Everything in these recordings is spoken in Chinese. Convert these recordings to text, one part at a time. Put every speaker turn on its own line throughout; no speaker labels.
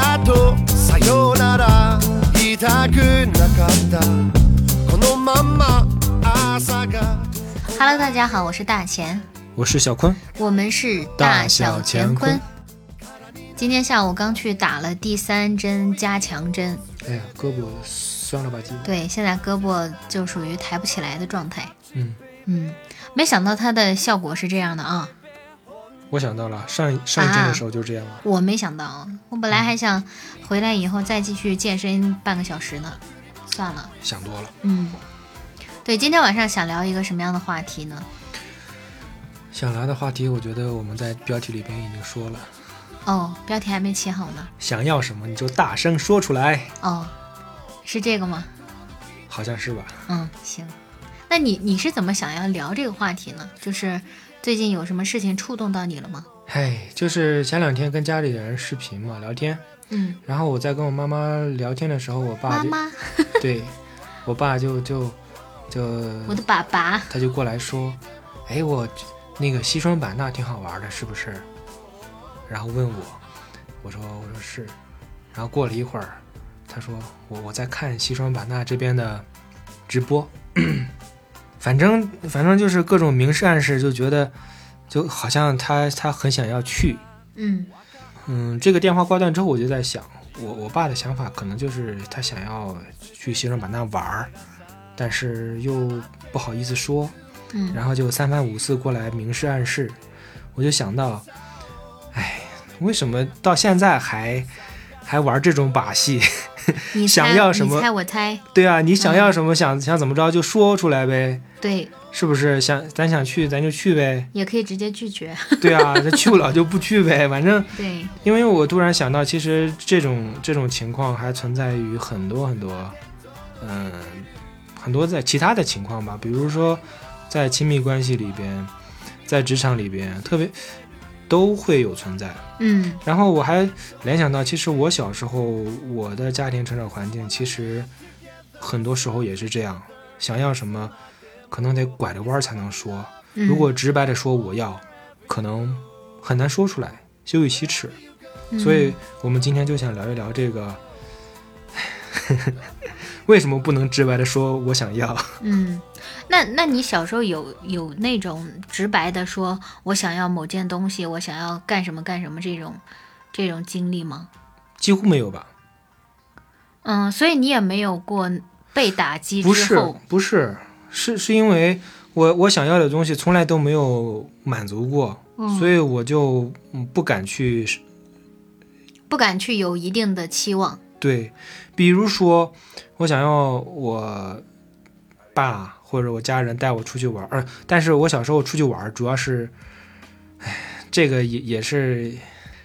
あとさよなら言いたくなかったこのまんま朝が
Hello，大家好，我是大钱，
我是小坤，
我们是
大小乾坤。
今天下午刚去打了第三针加强针，
哎呀，胳膊酸了吧唧。
对，现在胳膊就属于抬不起来的状态。
嗯，
嗯，没想到它的效果是这样的啊，
我想到了，上一上一站的时候就这样了。
我没想到，啊我本来还想回来以后再继续健身半个小时呢，算了，
想多了，
嗯，对，今天晚上想聊一个什么样的话题呢？
想聊的话题，我觉得我们在标题里边已经说了，
哦，标题还没起好呢，
想要什么你就大声说出来，
哦，是这个吗？
好像是吧？
嗯，行。那你你是怎么想要聊这个话题呢？就是最近有什么事情触动到你了吗？
哎，就是前两天跟家里人视频嘛，聊天，
嗯，
然后我在跟我妈妈聊天的时候，我爸
妈
就
妈，
对我爸就就就
我的爸爸，
他就过来说：“哎，我那个西双版纳挺好玩的，是不是？”然后问我，我说：“我说是。”然后过了一会儿，他说：“我我在看西双版纳这边的直播， 反正反正就是各种明示暗示，就觉得就好像他他很想要去。
嗯
嗯，这个电话挂断之后，我就在想，我我爸的想法可能就是他想要去西双版纳玩儿，但是又不好意思说。
嗯
然后就三番五次过来明示暗示，我就想到，哎，为什么到现在还还玩这种把戏？
你猜
想要什么
你猜我猜，
对啊，你想要什么，想想怎么着就说出来呗，
对，
是不是？想咱想去咱就去呗，
也可以直接拒绝，
对啊，这去不了就不去呗，反正
对，
因为我突然想到，其实这种这种情况还存在于很多很多，嗯，很多在其他的情况吧，比如说在亲密关系里边，在职场里边，特别都会有存在。
嗯
然后我还联想到，其实我小时候我的家庭成长环境，其实很多时候也是这样，想要什么，可能得拐着弯儿才能说。
嗯，
如果直白的说我要，可能很难说出来，羞于启齿。
嗯
所以我们今天就想聊一聊这个， 为什么不能直白的说我想要？
嗯，那那你小时候有有那种直白的说我想要某件东西，我想要干什么干什么这种这种经历吗？
几乎没有吧？
嗯，所以你也没有过被打击
不是
之后，，
不是，是是因为我我想要的东西从来都没有满足过，
嗯
所以我就嗯不敢去
不敢去有一定的期望。
对，比如说我想要我爸或者我家人带我出去玩儿，呃但是我小时候出去玩儿主要是，唉，这个也也是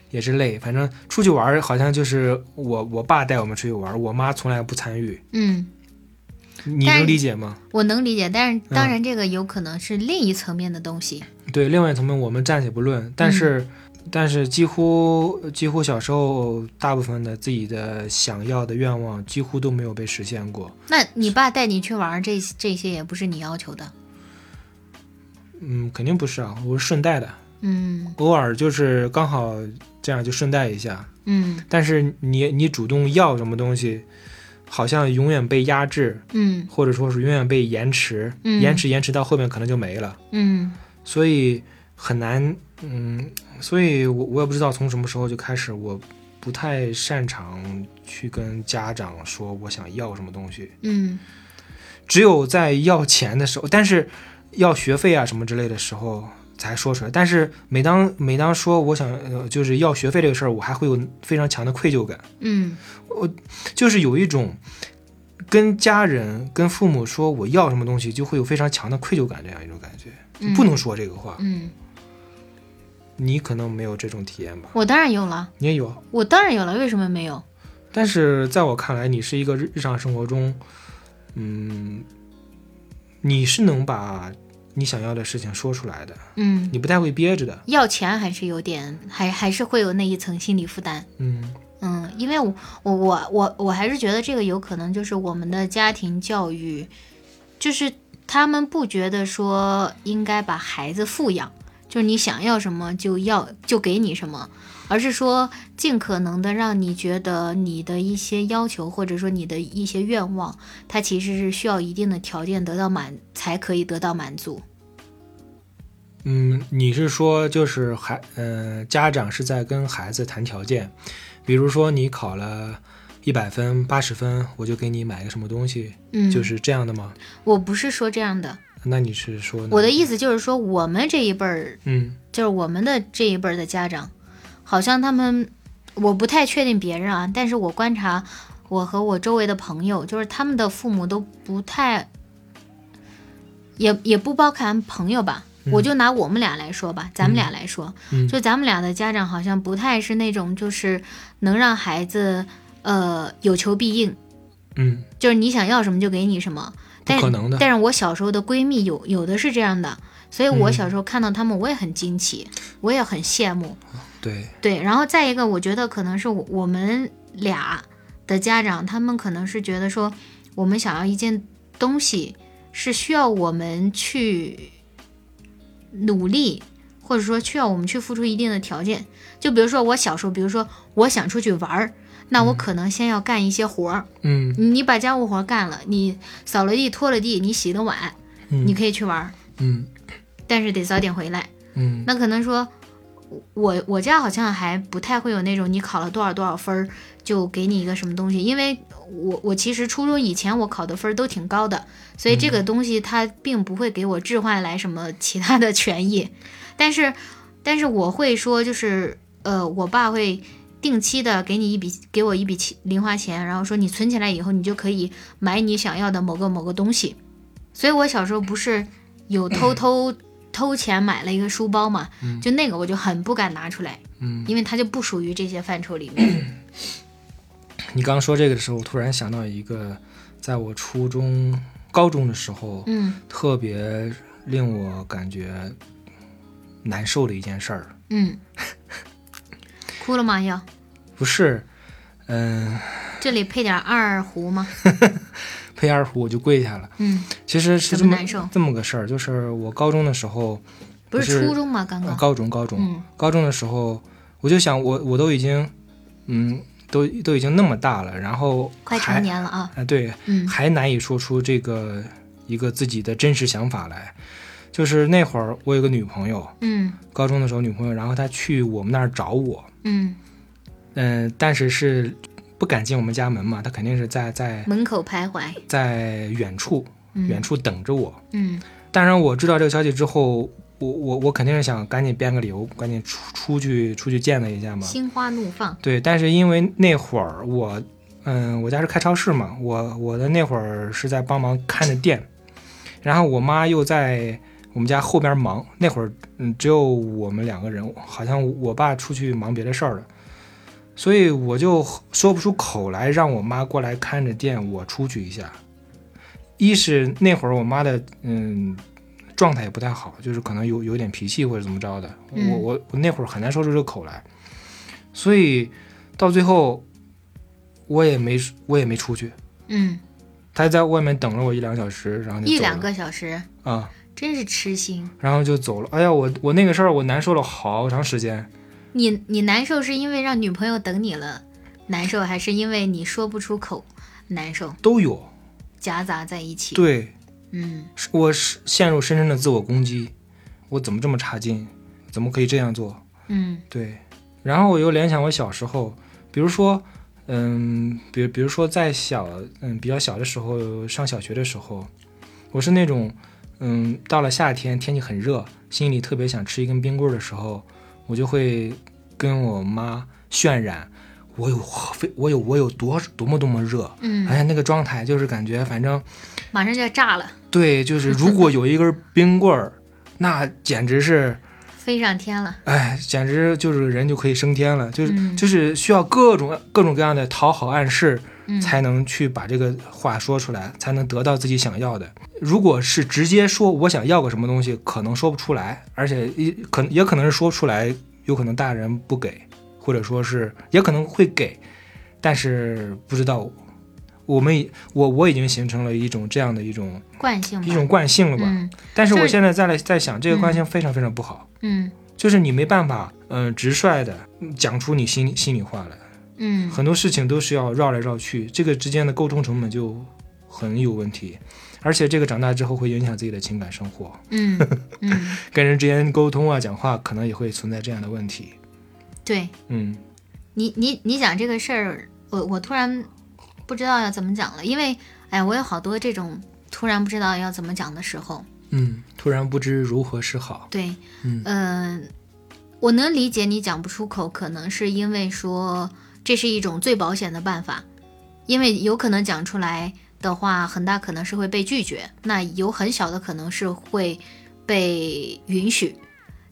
也是累，反正出去玩儿好像就是我我爸带我们出去玩儿，我妈从来不参与，
嗯，
你
但是
能理解吗？
我能理解，但是
嗯
当然这个有可能是另一层面的东西。
对，另外一层面我们暂且不论，但是、但是几乎几乎小时候大部分的自己的想要的愿望几乎都没有被实现过，
那你爸带你去玩儿这这些也不是你要求的。
嗯，肯定不是啊，我是顺带的。
嗯
偶尔就是刚好这样就顺带一下，
嗯
但是你你主动要什么东西，好像永远被压制，
嗯
或者说是永远被延迟，
嗯
延迟延迟到后面可能就没了，
嗯
所以很难，嗯，所以我我也不知道从什么时候就开始，我不太擅长去跟家长说我想要什么东西，
嗯
只有在要钱的时候，但是要学费啊什么之类的时候才说出来。但是每当每当说我想呃就是要学费这个事儿，我还会有非常强的愧疚感，
嗯
就是有一种跟家人跟父母说我要什么东西，就会有非常强的愧疚感这样一种感觉，
嗯，
不能说这个话。
嗯，
你可能没有这种体验吧？
我当然有了，
你也有，
我当然有了，为什么没有？
但是在我看来，你是一个日日常生活中，嗯，你是能把你想要的事情说出来的，
嗯，
你不太会憋着的。
要钱还是有点，还还是会有那一层心理负担。
嗯
嗯，因为我我我我我还是觉得这个有可能就是我们的家庭教育，就是他们不觉得说应该把孩子富养，就是你想要什么就要就给你什么，而是说尽可能的让你觉得你的一些要求或者说你的一些愿望，它其实是需要一定的条件得到满才可以得到满足。
嗯，你是说就是孩，呃，家长是在跟孩子谈条件，比如说你考了一百分、八十分，我就给你买个什么东西，
嗯，
就是这样的吗？
我不是说这样的，
那你是说呢
我的意思就是说我们这一辈儿
嗯
就是我们的这一辈儿的家长，好像他们，我不太确定别人啊，但是我观察我和我周围的朋友，就是他们的父母都不太，也也不包含朋友吧。我就拿我们俩来说吧，咱们俩来说，
嗯
就咱们俩的家长好像不太是那种就是能让孩子呃有求必应，
嗯，
就是你想要什么就给你什么。
不
但
可能的。
但是我小时候的闺蜜有有的是这样的，所以我
嗯
小时候看到她们，我也很惊奇，我也很羡慕。
对，
对，然后再一个，我觉得可能是我我们俩的家长，他们可能是觉得说，我们想要一件东西是需要我们去努力，或者说需要我们去付出一定的条件。就比如说我小时候，比如说我想出去玩儿，那我可能先要干一些活儿，
嗯
你把家务活儿干了，你扫了地、拖了地，你洗了碗，
嗯
你可以去玩儿，
嗯
但是得早点回来。
嗯
那可能说，我我家好像还不太会有那种你考了多少多少分儿就给你一个什么东西，因为我我其实初中以前我考的分儿都挺高的，所以这个东西它并不会给我置换来什么其他的权益，但是但是我会说就是呃，我爸会。定期的给你一笔，给我一笔钱零花钱，然后说你存起来以后，你就可以买你想要的某个某个东西。所以我小时候不是有偷偷偷钱买了一个书包嘛，就那个我就很不敢拿出来，
嗯。
因为它就不属于这些范畴里 面。
你刚说这个的时候，我突然想到一个，在我初中、高中的时候，
嗯
特别令我感觉难受的一件事儿。
嗯，哭了吗？要
不是，嗯、
这里配点二胡吗？
配二胡我就跪下了。
嗯，
其实是这
怎么
么
难受
这么个事儿，就是我高中的时候，
不
不是
初中吗？刚
呃
刚
高中高中、
嗯
高中的时候，我就想我我都已经，嗯，都都已经那么大了，然后
快
还
成年了啊。
啊、对，
嗯
还难以说出这个一个自己的真实想法来。就是那会儿我有个女朋友，
嗯
高中的时候女朋友，然后她去我们那儿找我，
嗯，
嗯、但是是不敢进我们家门嘛，她肯定是在在
门口徘徊。
在远处
嗯
远处等着我。
嗯
当然，我知道这个消息之后，我我我肯定是想赶紧编个理由，赶紧出出去出去见她一下嘛。
心花怒放。
对，但是因为那会儿我，嗯，我家是开超市嘛，我我的那会儿是在帮忙看着店，然后我妈又在我们家后边忙。那会儿，嗯，只有我们两个人，好像我爸出去忙别的事儿了，所以我就说不出口来，让我妈过来看着店，我出去一下。一是那会儿我妈的，嗯。状态也不太好，就是可能有有点脾气或者怎么着的，
嗯
我我我那会儿很难说出这个口来，所以到最后，我也没我也没出去，
嗯，
他在外面等了我一两个小时，然后就走了
一两个小时，
啊、
真是痴心。
然后就走了。哎呀，我我那个事儿我难受了好长时间，
你你难受是因为让女朋友等你了难受，还是因为你说不出口难受，
都有。
夹杂在一起？
对，
嗯
是我是陷入深深的自我攻击，我怎么这么差劲？怎么可以这样做？
嗯
对，然后我又联想我小时候，比如说，嗯，比比如说在小，嗯，比较小的时候，上小学的时候，我是那种，嗯，到了夏天天气很热，心里特别想吃一根冰棍儿的时候，我就会跟我妈渲染，我有非我有我有多多么多么热，
嗯，
哎呀，那个状态就是感觉反正
马上就要炸了，
对，就是如果有一根冰棍儿，那简直是。
飞上天了。
哎，简直就是人就可以升天了，就是、
嗯
就是需要各种各种各样的讨好暗示，
嗯
才能去把这个话说出来，才能得到自己想要的。如果是直接说我想要个什么东西，可能说不出来，而且也可也可能是说出来，有可能大人不给，或者说是也可能会给，但是不知道。我们已我我已经形成了一种这样的一种
惯性吧
一种惯性了吧？
嗯
但是
就
我
是
现在再来再想，这个
嗯
惯性非常非常不好。
嗯
就是你没办法，嗯、直率的讲出你心心里话来。
嗯
很多事情都是要绕来绕去，这个之间的沟通成本就很有问题，而且这个长大之后会影响自己的情感生活，
嗯嗯，
跟人之间沟通啊、讲话可能也会存在这样的问题。
对
嗯
你你你讲这个事儿，我我突然不知道要怎么讲了，因为哎呀，我有好多这种突然不知道要怎么讲的时候。
嗯，突然不知如何是好。
对，
嗯
呃我能理解你讲不出口，可能是因为说这是一种最保险的办法，因为有可能讲出来的话，很大可能是会被拒绝，那有很小的可能是会被允许，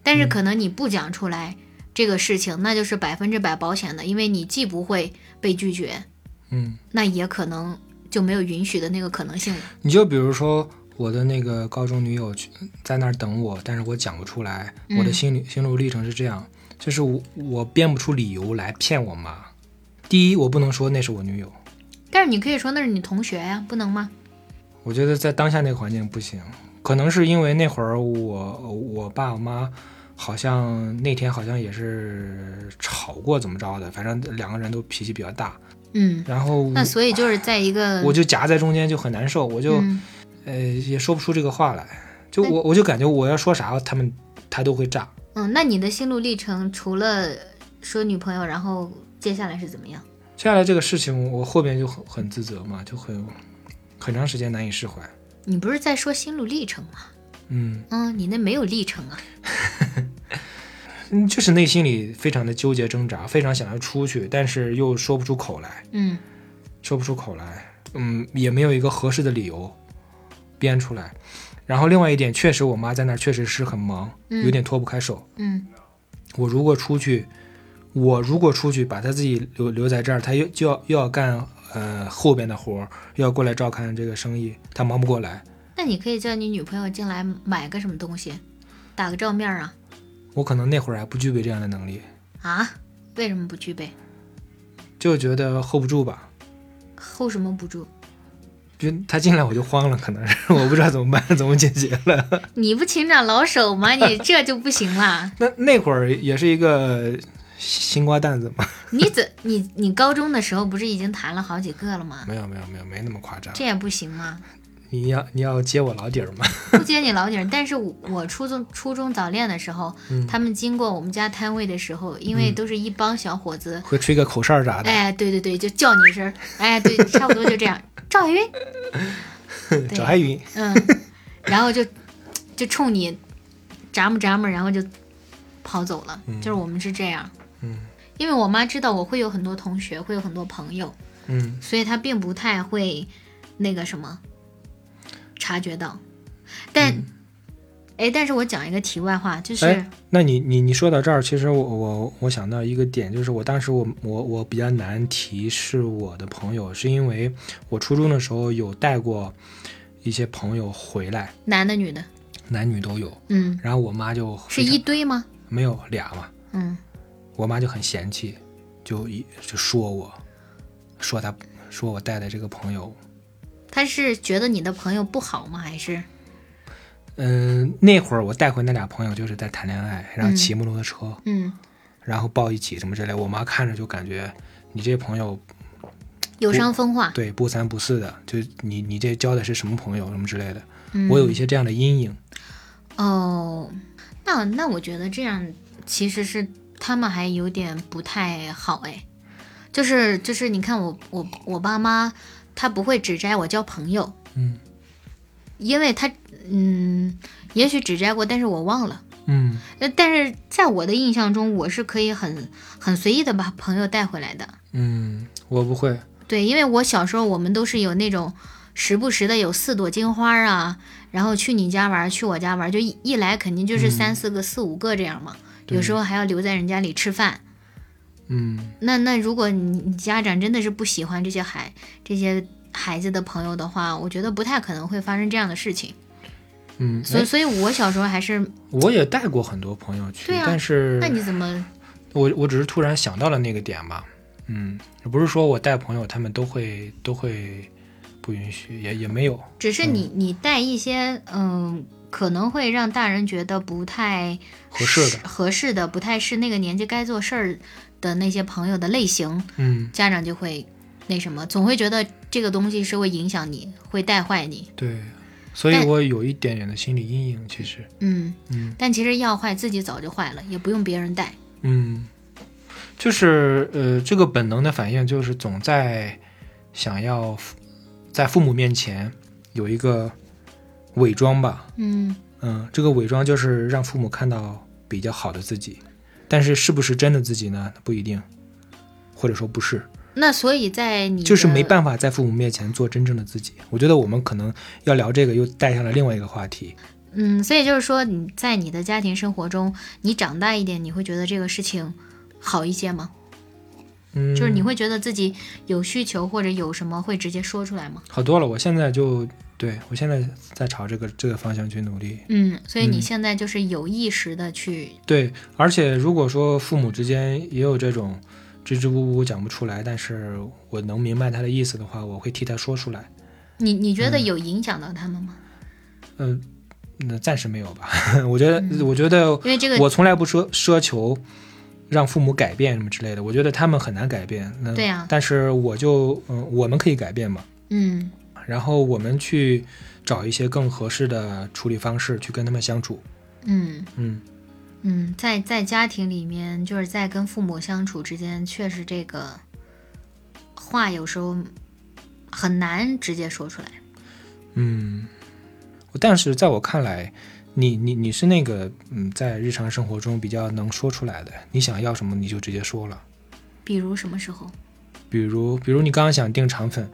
但
嗯
是可能你不讲出来。这个事情那就是百分之百保险的，因为你既不会被拒绝，
嗯，
那也可能就没有允许的那个可能性了。
你就比如说我的那个高中女友去在那儿等我，但是我讲不出来，
嗯
我的心理心路历程是这样，就是我我编不出理由来骗我妈。第一，我不能说那是我女友，
但是你可以说那是你同学呀、不能吗？
我觉得在当下那个环境不行，可能是因为那会儿我我爸我妈好像那天好像也是吵过怎么着的，反正两个人都脾气比较大，
嗯，
然后
那所以就是在一个
我就夹在中间就很难受，我就、
嗯
呃也说不出这个话来，就
那
我我就感觉我要说啥他们他都会炸，
嗯，那你的心路历程除了说女朋友，然后接下来是怎么样？
接下来这个事情我后边就很很自责嘛，就很很长时间难以释怀，
你不是在说心路历程吗？
嗯
嗯，你那没有历程啊。
嗯，就是内心里非常的纠结挣扎，非常想要出去，但是又说不出口来。
嗯
说不出口来，嗯，也没有一个合适的理由编出来。然后另外一点，确实我妈在那儿确实是很忙，
嗯
有点脱不开手。
嗯
我如果出去，我如果出去把她自己留留在这儿，她又就要又要干呃后边的活儿，又要过来照看这个生意，她忙不过来。
那你可以叫你女朋友进来买个什么东西，打个照面儿啊
我可能那会儿还不具备这样的能力，
啊？为什么不具备
就觉得 hold 不住吧。
？hold 什么不住？
就她进来我就慌了，可能是 我不知道怎么办，怎么解决了。
你不擒掌老手吗？你这就不行啦！
那那会儿也是一个新瓜蛋子嘛。
你怎你你高中的时候不是已经谈了好几个了吗？
没有没有没有，没那么夸张。
这也不行吗？
你要你要揭我老底儿吗？
不接你老底儿，但是我我初中初中早恋的时候，他们经过我们家摊位的时候，因为都是一帮小伙子，
会吹个口哨啥的，
哎，对对对，就叫你一声，哎，对，差不多就这样，赵云，对
赵海云，
嗯，然后就就冲你眨么眨么，然后就跑走了，就是我们是这样，
嗯，
因为我妈知道我会有很多同学，会有很多朋友，
嗯
所以他并不太会那个什么察觉到，但。哎，但是我讲一个题外话，就是、
嗯哎那你你你说到这儿，其实我我我想到一个点，就是我当时我我我比较难提示我的朋友，是因为我初中的时候有带过一些朋友回来，
男的女的，
男女都有，
嗯，
然后我妈就是非常
一堆吗？
没有俩嘛，
嗯，
我妈就很嫌弃，就一就说我，说她说我带的这个朋友
他是觉得你的朋友不好吗？还是
嗯，那会儿我带回那俩朋友就是在谈恋爱，然后
嗯
骑摩托车，
嗯，
然后抱一起什么之类。我妈看着就感觉你这朋友
有伤风化？
对不三不四的，就你你这交的是什么朋友什么之类的。
嗯，
我有一些这样的阴影。
哦，那那我觉得这样其实是他们还有点不太好哎，就是就是你看我我我爸妈他不会只摘我交朋友，
嗯
因为他嗯，也许只摘过，但是我忘了。
嗯
呃但是在我的印象中，我是可以很很随意的把朋友带回来的。
嗯，我不会。
对，因为我小时候我们都是有那种时不时的有四朵金花啊，然后去你家玩，去我家玩，就一一来肯定就是三四个、四五个这样嘛。
嗯对
有时候还要留在人家里吃饭。
嗯
那那如果你你家长真的是不喜欢这些孩这些孩子的朋友的话，我觉得不太可能会发生这样的事情。
嗯，
所以
哎
所以我小时候还是，
我也带过很多朋友去，
对啊
但是
那你怎么
我我只是突然想到了那个点吧。嗯，不是说我带朋友他们都会都会不允许，也也没有。
只
嗯
是你你带一些嗯，可能会让大人觉得不太
合适的
合适的，不太是那个年纪该做事儿的那些朋友的类型，
嗯，
家长就会那什么，总会觉得这个东西是会影响你，会带坏你。
对，所以
但
我有一点点的心理阴影，其实，
嗯，
嗯
但其实要坏自己早就坏了，也不用别人带。
嗯，就是呃，这个本能的反应就是总在想要父在父母面前有一个伪装吧，
嗯
嗯，这个伪装就是让父母看到比较好的自己，但是是不是真的自己呢？不一定，或者说不是，，
那所以在你
就是没
法。
办法在父母面前做真正的自己。我觉得我们可能要聊这个，又带上了另外一个话题。
嗯，所以就是说你在你的家庭生活中，你长大一点，你会觉得这个事情好一些吗？
嗯，
就是你会觉得自己有需求或者有什么会直接说出来吗？
好多了，我现在就对我现在在朝这个这个方向去努力。
嗯，所以你
嗯
现在就是有意识的去，
对，而且如果说父母之间也有这种支支吾吾讲不出来，但是我能明白他的意思的话，我会替他说出来。
你你觉得
嗯
有影响到他们吗？
嗯、那暂时没有吧。 我觉得，我觉得
因为嗯这个，
我从来不奢奢求让父母改变什么之类的，我觉得他们很难改变。那
对啊
但是我就嗯，我们可以改变嘛，
嗯
然后我们去找一些更合适的处理方式去跟他们相处。
嗯
嗯，
嗯，在在家庭里面，就是在跟父母相处之间，确实这个话有时候很难直接说出来。
嗯，但是在我看来，你你你是那个嗯，在日常生活中比较能说出来的，你想要什么你就直接说了。
比如什么时候？
比如比如你刚刚想订肠粉，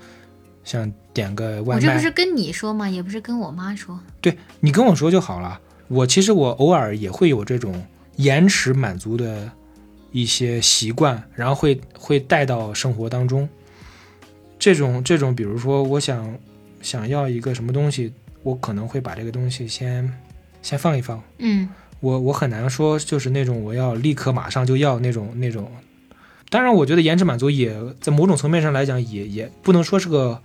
想点个外卖，
我这不是跟你说吗？也不是跟我妈说。
对你跟我说就好了。我其实我偶尔也会有这种延迟满足的一些习惯，然后会会带到生活当中。这种这种，比如说我想想要一个什么东西，我可能会把这个东西先先放一放。
嗯
我我很难说就是那种我要立刻马上就要那种那种。当然，我觉得延迟满足也在某种层面上来讲也也不能说是个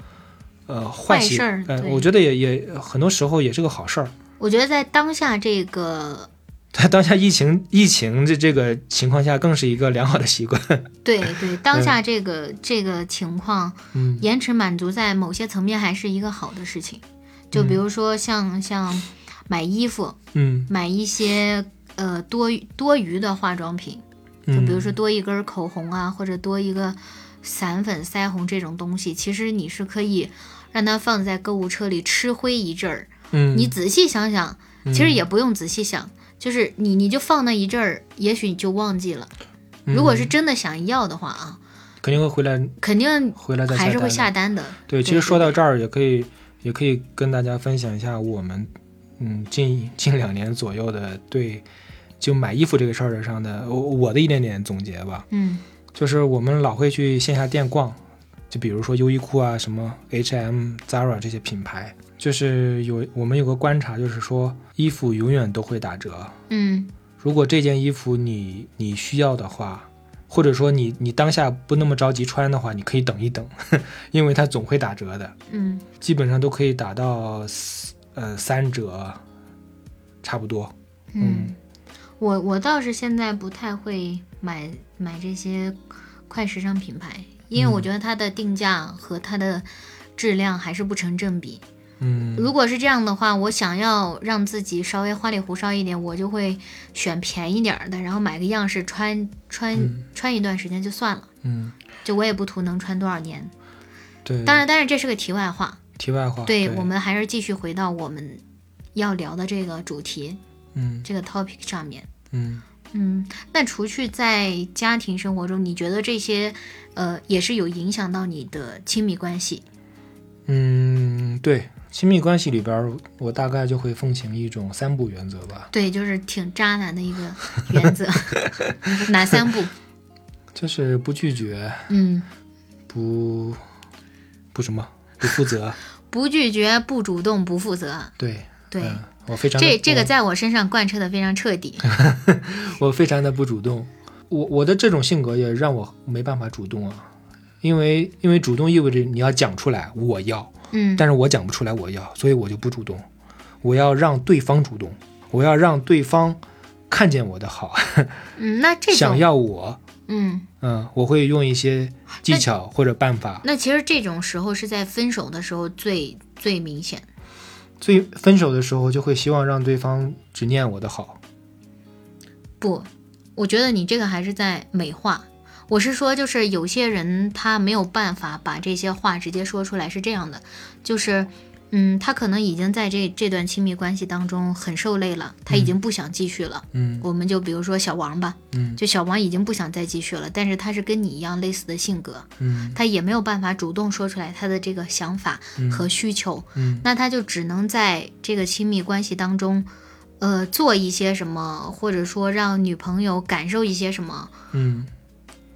呃坏
坏
习
事儿
呃，
对
我觉得也也很多时候也是个好事儿。，
我觉得在当下这个
在当下疫情疫情这这个情况下，更是一个良好的习惯。
对对当下这个、这个情况，
嗯
延迟满足在某些层面还是一个好的事情。就比如说像、像买衣服，
嗯
买一些呃多余多余的化妆品，就
嗯，
比如说多一根口红啊，或者多一个散粉、腮红这种东西，其实你是可以让它放在购物车里吃灰一阵儿，
嗯，
你仔细想想，其实也不用仔细想，就是你你就放那一阵儿，也许你就忘记了。
嗯
如果是真的想要的话啊，
肯定会回来
肯定
回来再
还是会
单的
下单的。
对，其实说到这儿也可以，也可以跟大家分享一下我们，嗯，近近两年左右的对，就买衣服这个事儿上的我我的一点点总结吧，
嗯
就是我们老会去线下店逛，就比如说优衣库啊、什么 H&M、Zara 这些品牌，就是有我们有个观察，就是说衣服永远都会打折。
嗯
如果这件衣服你你需要的话，或者说你你当下不那么着急穿的话，你可以等一等， 因为它总会打折的。
嗯
基本上都可以打到四呃三折，差不多。嗯
嗯，我我倒是现在不太会买买这些快时尚品牌，因为我
嗯
觉得它的定价和它的质量还是不成正比。
嗯
如果是这样的话，我想要让自己稍微花里胡哨一点，我就会选便宜点儿的，然后买个样式穿穿、
嗯
穿一段时间就算了，
嗯，
就我也不图能穿多少年。
哎对。
当然，当然这是个题外话，
题外话，
对我们还是继续回到我们要聊的这个主题
嗯
这个 topic 上面。
嗯
嗯，那除去在家庭生活中，你觉得这些，呃，也是有影响到你的亲密关系？
嗯，对，亲密关系里边儿，我大概就会奉行一种三不原则吧，
对，就是挺渣男的一个原 则，哪三步？
就是不拒绝，
嗯，
不不什么，不 负责。
不拒绝、不主动、不负责。
对
对，
嗯、我非常地
这这个
我
在我身上贯彻的非常彻 底。
我非常的不主动，我我的这种性格也让我没办法主动啊，因为因为主动意味着你要讲出来，我要，
嗯
但是我讲不出来我要，所以我就不主动，我要让对方主动，我要让对方看见我的好，
嗯，那这
想
种
要我，
嗯，
嗯，我会用一些技巧或者办法。
那其实这种时候是在分手的时候最最明显。
最分手的时候就会希望让对方只念我的好，
不，我觉得你这个还是在美化。我是说，就是有些人他没有办法把这些话直接说出来，是这样的，就是，嗯，他可能已经在这这段亲密关系当中很受累了，他已经不想继续了。
嗯
我们就比如说小王吧，
嗯
就小王已经不想再继续了，但是他是跟你一样类似的性格，
嗯
他也没有办法主动说出来他的这个想法和需求，
嗯
那他就只能在这个亲密关系当中，呃，做一些什么，或者说让女朋友感受一些什么，
嗯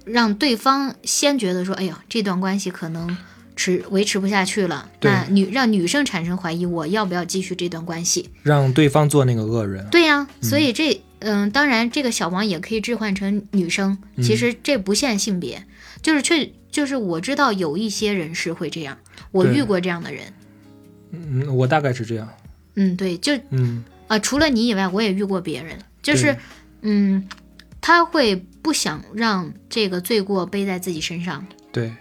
让对方先觉得说，哎呀，这段关系可能持维持不下去了。
对
那女让女生产生怀疑，我要不要继续这段关系？
让对方做那个恶人，
对呀、所以这，嗯、当然这个小王也可以置换成女生，其
嗯
实这不限性别，就是确就是我知道有一些人是会这样，我
对
遇过这样的人。
嗯，我大概是这样，
嗯，对，就
嗯
啊、除了你以外，我也遇过别人，就
对
是，嗯，他会不想让这个罪过背在自己身上，
对，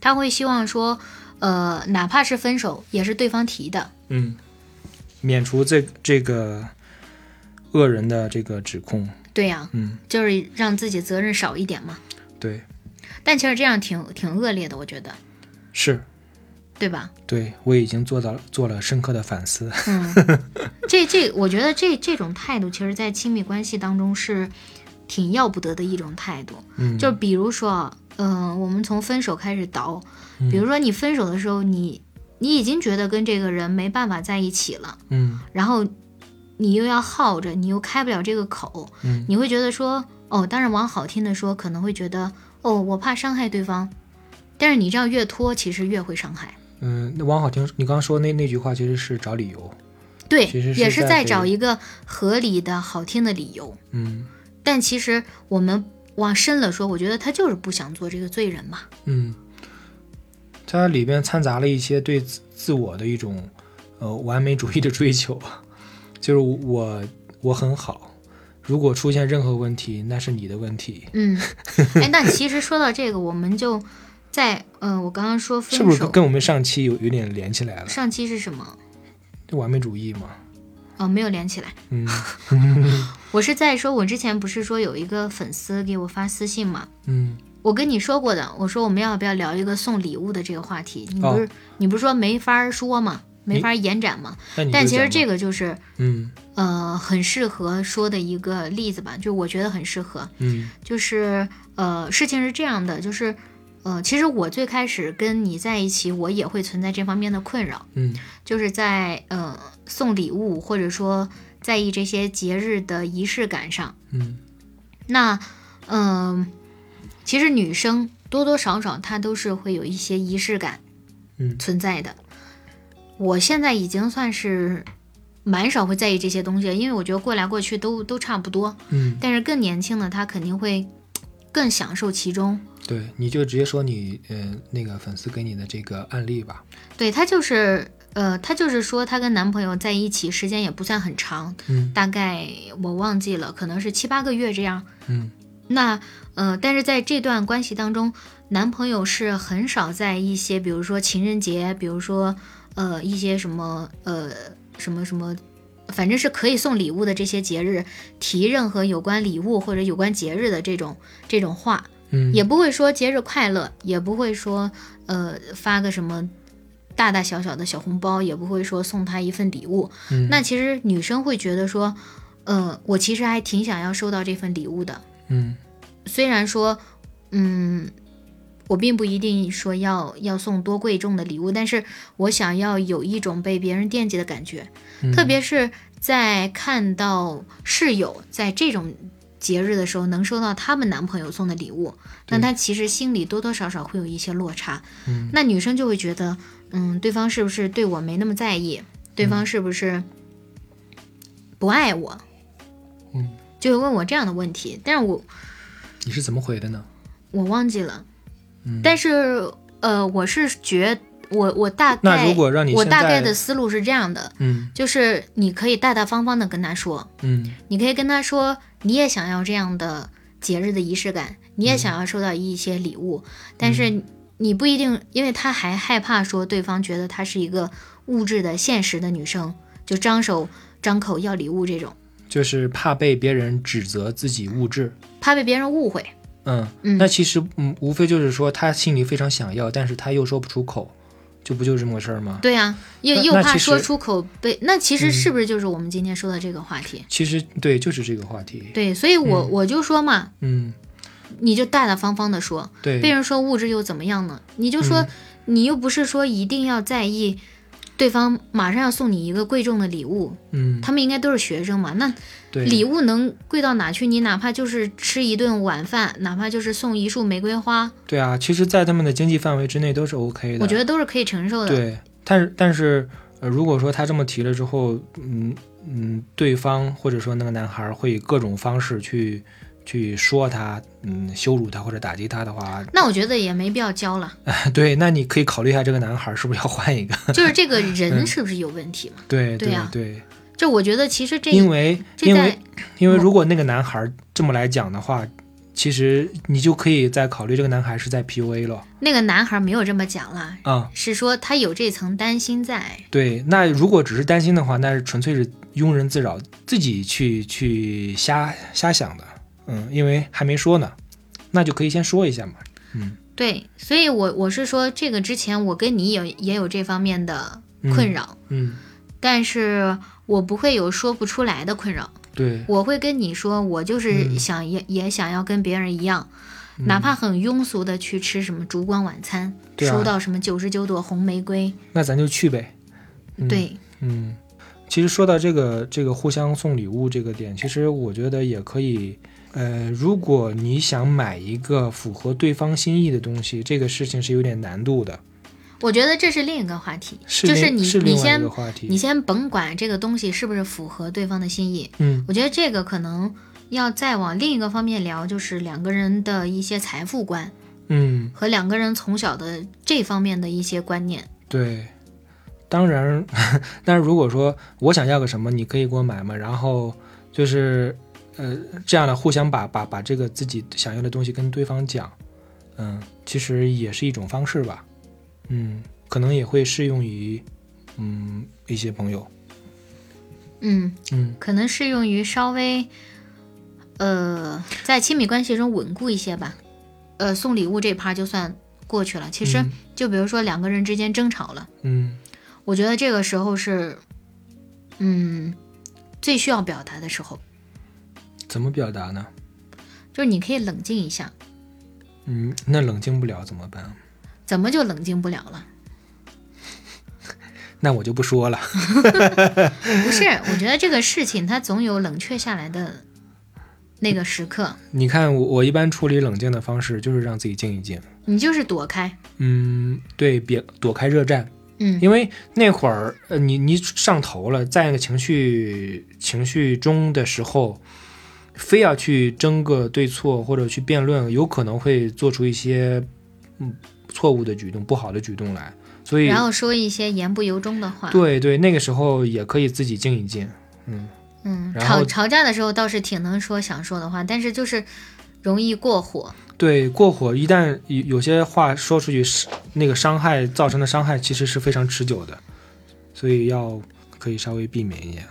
他会希望说，呃，哪怕是分手，也是对方提的，
嗯，免除这这个恶人的这个指控，
对呀、
嗯，
就是让自己责任少一点嘛。
对，
但其实这样挺挺恶劣的，我觉得，
是
对吧？
对我已经做到做了深刻的反思，
嗯，这这，我觉得这这种态度，其实在亲密关系当中是挺要不得的一种态度。
嗯，
就比如说啊，嗯、我们从分手开始倒，
嗯
比如说你分手的时候，你你已经觉得跟这个人没办法在一起了，
嗯
然后你又要耗着，你又开不了这个口，
嗯
你会觉得说，哦，当然往好听的说，可能会觉得，哦，我怕伤害对方，但是你这样越拖，其实越会伤害。
嗯，那王好听，你刚说那那句话其实是找理由，
对，
其实是
也是
在
在
给
找一个合理的、好听的理由。
嗯
但其实我们往深了说，我觉得他就是不想做这个罪人嘛。
嗯，它里边掺杂了一些对自自我的一种呃完美主义的追求， 就是我我很好，如果出现任何问题，那是你的问题，
嗯， 哎，那其实说到这个，我们就在嗯、呃我刚刚说分
是不是
手
跟，跟我们上期有有点连起来了？
上期是什么？
就完美主义嘛，
哦，没有连起来。
嗯
我是在说，我之前不是说有一个粉丝给我发私信嘛，
嗯，
我跟你说过的，我说我们要不要聊一个送礼物的这个话题？你
哦
不是、你不是说没法说嘛，没
你
法延展嘛？
那你
但
就
其实
讲
这
吧，
个就是
嗯
呃很适合说的一个例子吧，就我觉得很适合。
嗯
就是呃，事情是这样的，就是呃，其实我最开始跟你在一起，我也会存在这方面的困扰，
嗯
就是在呃送礼物或者说在意这些节日的仪式感上。
嗯
那嗯、其实女生多多少少她都是会有一些仪式感
嗯
存在的。我现在已经算是蛮少会在意这些东西了，因为我觉得过来过去都都差不多。
嗯，
但是更年轻的他肯定会更享受其中。
对，你就直接说你呃那个粉丝给你的这个案例吧，
对他就是，呃，他就是说她跟男朋友在一起时间也不算很长，
嗯
大概我忘记了，可能是七八个月这样。
嗯
那呃，但是在这段关系当中，男朋友是很少在一些，比如说情人节，比如说呃一些什么呃什么什么，反正是可以送礼物的这些节日，提任何有关礼物或者有关节日的这种这种话。
嗯，
也不会说节日快乐，也不会说呃发个什么大大小小的小红包，也不会说送他一份礼物。
嗯
那其实女生会觉得说，呃，我其实还挺想要收到这份礼物的，
嗯
虽然说，嗯。我并不一定说要要送多贵重的礼物，但是我想要有一种被别人惦记的感觉，
嗯
特别是在看到室友在这种节日的时候能收到他们男朋友送的礼物，那
对
她其实心里多多少少会有一些落差。
嗯
那女生就会觉得，嗯，对方是不是对我没那么在意？对方是不是不爱我？
嗯，
就会问我这样的问题，但是我
你是怎么回的呢？
我忘记了，
嗯
但是呃，我是觉我我大概
那如果让你
我
现
大概
在
的思路是这样的，
嗯
就是你可以大大方方的跟他说，
嗯
你可以跟他说，你也想要这样的节日的仪式感，你也想要收到一些礼
嗯
物，但是你不一定，因为他还害怕说对方觉得她是一个物质的现实的女生，就张手张口要礼物这种，
就是怕被别人指责自己物质。
怕被别人误会。
嗯，
嗯
那其实嗯，无非就是说他心里非常想要，但是他又说不出口，就不就这么个事儿吗？
对呀、又
那
又
那
怕
其
说
实
出口被，那其实
嗯
是不是就是我们今天说的这个话题？
其实对，就是这个话题。
对，所以我、
嗯
我就说嘛，
嗯，
你就大大方方的说，
对，
被人说物质又怎么样呢？你就说，
嗯
你又不是说一定要在意对方马上要送你一个贵重的礼物，
嗯，
他们应该都是学生嘛，那
对
礼物能贵到哪去？你哪怕就是吃一顿晚饭，哪怕就是送一束玫瑰花，
对啊，其实，在他们的经济范围之内都是 OK 的。
我觉得都是可以承受的。
对，但是但是，呃，如果说他这么提了之后，嗯嗯，对方或者说那个男孩儿会以各种方式去去说他，嗯，羞辱他或者打击他的话，
那我觉得也没必要交了，
对，那你可以考虑一下这个男孩儿是不是要换一个？
就是这个
嗯
人是不是有问题嘛？
对
对呀
对，
这我觉得其实这嗯
因为
这
因为
在
因为
我
如果那个男孩儿这么来讲的话，其实你就可以再考虑这个男孩是在 PUA 了
那个男孩没有这么讲啦，
啊、
是说他有这层担心在。
对，那如果只是担心的话，那是纯粹是庸人自扰，自己去去瞎瞎想的。嗯，因为还没说呢，那就可以先说一下嘛。
对，所以我我是说，这个之前我跟你有也有这方面的
嗯
困扰，
嗯，
但是我不会有说不出来的困扰，
对，
我会跟你说，我就是
嗯
想也、也想要跟别人一样，哪怕很庸俗的去吃什么烛光晚餐，
对啊
收到什么九十九朵红玫瑰，
那咱就去呗。嗯、，
对，
嗯，其实说到这个这个互相送礼物这个点，其实我觉得也可以。呃，如果你想买一个符合对方心意的东西，这个事情是有点难度的，
我觉得这是另一个话题，
是
就是
另
你
是
你
另外一
先
个话题。
你先甭管这个东西是不是符合对方的心意，
嗯
我觉得这个可能要再往另一个方面聊，就是两个人的一些财富观
嗯，
和两个人从小的这方面的一些观念。
对，当然， 但是如果说我想要个什么，你可以给我买嘛。然后就是，呃，这样的互相把把把这个自己想要的东西跟对方讲，嗯，其实也是一种方式吧。嗯，可能也会适用于，嗯，一些朋友。
嗯，
嗯，
可能适用于稍微，呃，在亲密关系中稳固一些吧。呃，送礼物这趴就算过去了。其实
嗯，
就比如说两个人之间争吵了，
嗯，
我觉得这个时候是，嗯，最需要表达的时候，
怎么表达呢？
就是你可以冷静一下。
嗯，那冷静不了怎么办？
怎么就冷静不了了？
那我就不说了。
不是，我觉得这个事情它总有冷却下来的那个时刻，
你看我，我一般处理冷静的方式就是让自己静一静。
你就是躲开，
嗯，对，别躲开热战。
嗯
因为那会儿，呃，你你上头了，在那个情绪情绪中的时候，非要去争个对错或者去辩论，有可能会做出一些嗯错误的举动、不好的举动来。所以
然，后说一些言不由衷的话。
对对，那个时候也可以自己静一静。嗯，
嗯，
然
吵
后
吵架的时候倒是挺能说想说的话，但是就是容易过火。
对，过火一旦有有些话说出去，是那个伤害造成的伤害其实是非常持久的，所以要可以稍微避免一点，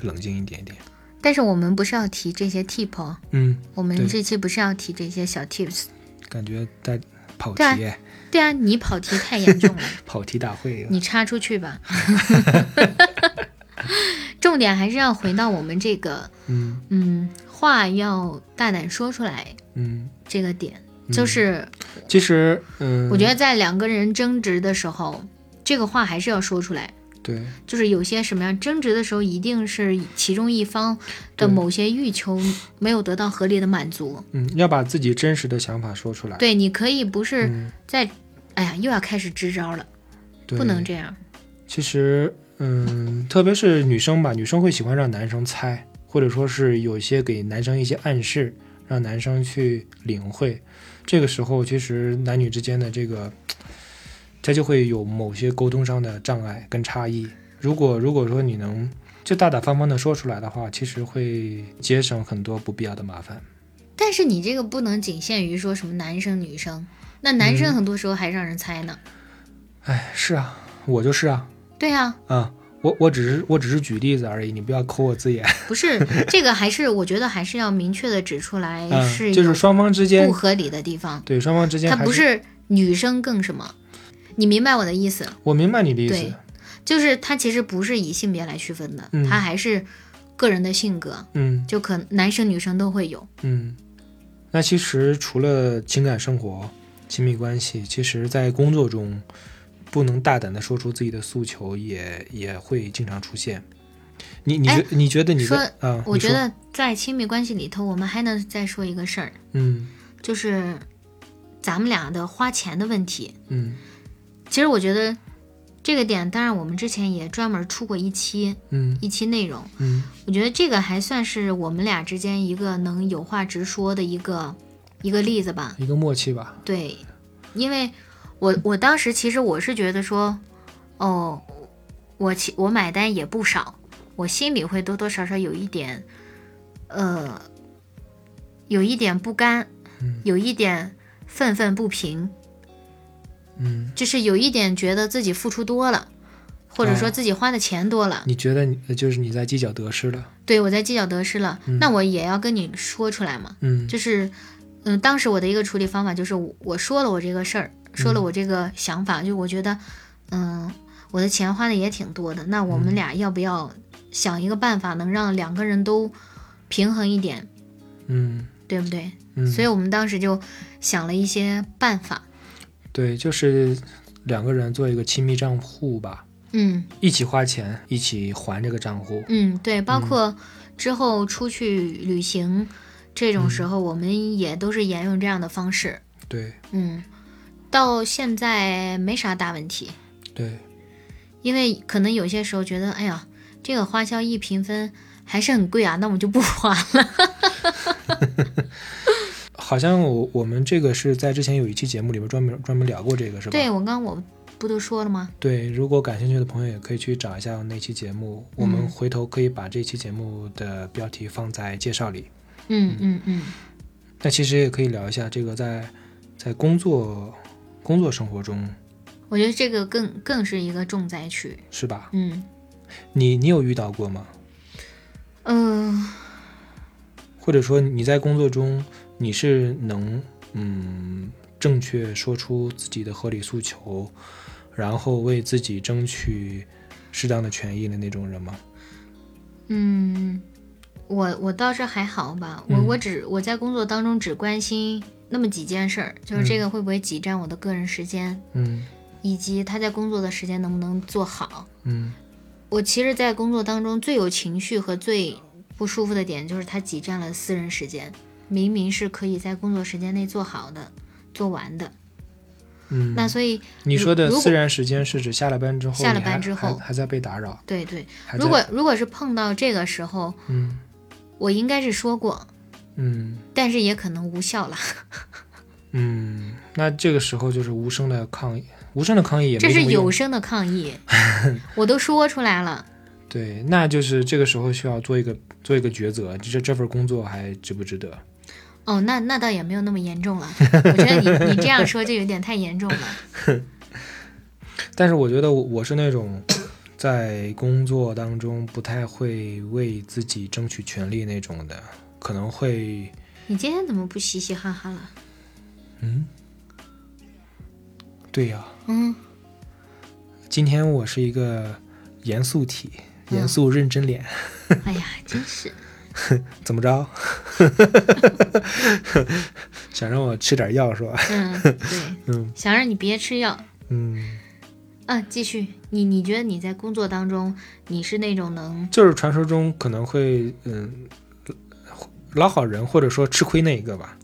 冷静一点点。
但是我们不是要提这些 tip，哦
嗯，
我们
对
这期不是要提这些小 tips。
感觉在跑题
对啊
哎。
对啊，你跑题太严 重了，
跑题大会了。
你插出去吧。 重点还是要回到我们这个，
嗯
嗯，话要大胆说出来
嗯，
这个点，
嗯
就是
其实嗯，
我觉得在两个人争执的时候，这个话还是要说出来。
对
就是有些什么样争执的时候，一定是其中一方
对
的某些欲求没有得到合理的满足。
嗯，要把自己真实的想法说出来。
对，你可以不是
嗯，
在，哎呀，又要开始支招了，
对，
不能这样。
其实嗯，特别是女生吧，女生会喜欢让男生猜，或者说是有一些给男生一些暗示，让男生去领会。这个时候，其实男女之间的这个这就会有某些沟通上的障碍跟差异。如果如果说你能就大大方方的说出来的话，其实会节省很多不必要的麻烦。
但是你这个不能仅限于说什么男生女生，那男
嗯
生很多时候还让人猜呢。
哎，是啊，我就是啊，
对呀、
啊、我我只是我只是举例子而已，你不要抠我字眼。
不是这个，还是我觉得还是要明确的指出来
嗯，
是
就是
有
双方之间
不合理的地方，
对双方之间
它
还
不是女生更什么，你明白我的意思？
我明白你的意
对
思，
就是它其实不是以性别来区分的，
嗯
它还是个人的性格，
嗯
就可男生女生都会有。
嗯。那其实除了情感生活、亲密关系，其实在工作中不能大胆的说出自己的诉求也，也会经常出现。你你觉、
哎
你觉得你
说
在啊？
我
你
觉
说
得在亲密关系里头，我们还能再说一个事儿，
嗯
就是咱们俩的花钱的问题。
嗯
其实我觉得这个点，当然我们之前也专门出过一期
嗯
一期内容，
嗯
我觉得这个还算是我们俩之间一个能有话直说的一个一个例子吧。
一个默契吧。
对，因为我我当时其实我是觉得说，哦，我其我买单也不少，我心里会多多少少有一点，呃，有一点不甘，
嗯
有一点愤愤不平，
嗯，
就是有一点觉得自己付出多了，或者说
哦
自己花的钱多了，
你觉得你呃就是你在计较得失了？
对我在计较得失了，
嗯
那我也要跟你说出来嘛。
嗯
就是，嗯，当时我的一个处理方法就是我，我说了我这个事儿，说了我这个想法，就我觉得，嗯，我的钱花的也挺多的，那我们俩要不要想一个办法，能让两个人都平衡一点，
嗯
对不对？
嗯，
所以我们当时就想了一些办法，
对，就是两个人做一个亲密账户吧，
嗯
一起花钱，一起还这个账户。
嗯，对，包括之后出去旅行这种时候，我们也都是沿用这样的方式，
对
嗯，到现在没啥大问题。
对，
因为可能有些时候觉得，哎呀，这个花销一平分还是很贵啊，那我就不花了。
好像我我们这个是在之前有一期节目里边专门专门聊过这个是 吧？
对我刚我不都说了吗？
对如果感兴趣的朋友也可以去找一下那期节目，我们
嗯
回头可以把这期节目的标题放在介绍里。
嗯嗯嗯，
那其实也可以聊一下这个在在工作工作生活中
我觉得这个更更是一个重灾区。
是吧？
嗯
你你有遇到过吗？
嗯、
或者说你在工作中你是能嗯正确说出自己的合理诉求，然后为自己争取适当的权益的那种人吗？
嗯，我我倒是还好吧，我、
嗯
我只我在工作当中只关心那么几件事儿，就是这个会不会挤占我的个人时间，
嗯
以及他在工作的时间能不能做好。
嗯
我其实，在工作当中最有情绪和最不舒服的点，就是它挤占了私人时间。明明是可以在工作时间内做好的、做完的，
嗯。
那所以
你说的
如果
私人时间是指下了班之后，
下了
你还
班之后
还还在被打扰，
对对，
还在
如果如果是碰到这个时候，
嗯
我应该是说过，
嗯
但是也可能无效了。
嗯，那这个时候就是无声的抗议，无声的抗议也没
这是
什么用
有声的抗议， 我都说出来了。
对，那就是这个时候需要做一个做一个抉择，这这份工作还值不值得？
哦，那那倒也没有那么严重了。我觉得你你这样说就有点太严重了。
但是我觉得我我是那种 在工作当中不太会为自己争取权利那种的，可能会
你今天怎么不嘻嘻哈哈了？
嗯，对呀、
嗯，
今天我是一个严肃体，严肃认真脸，
哎呀，真是。
怎么着？ 想让我吃点药是 吧？
嗯，对，
嗯
想让你别吃药。
嗯，
嗯，继续，你你觉得你在工作当中，你是那种能，
就是传说中可能会嗯老好人或者说吃亏那一个吧，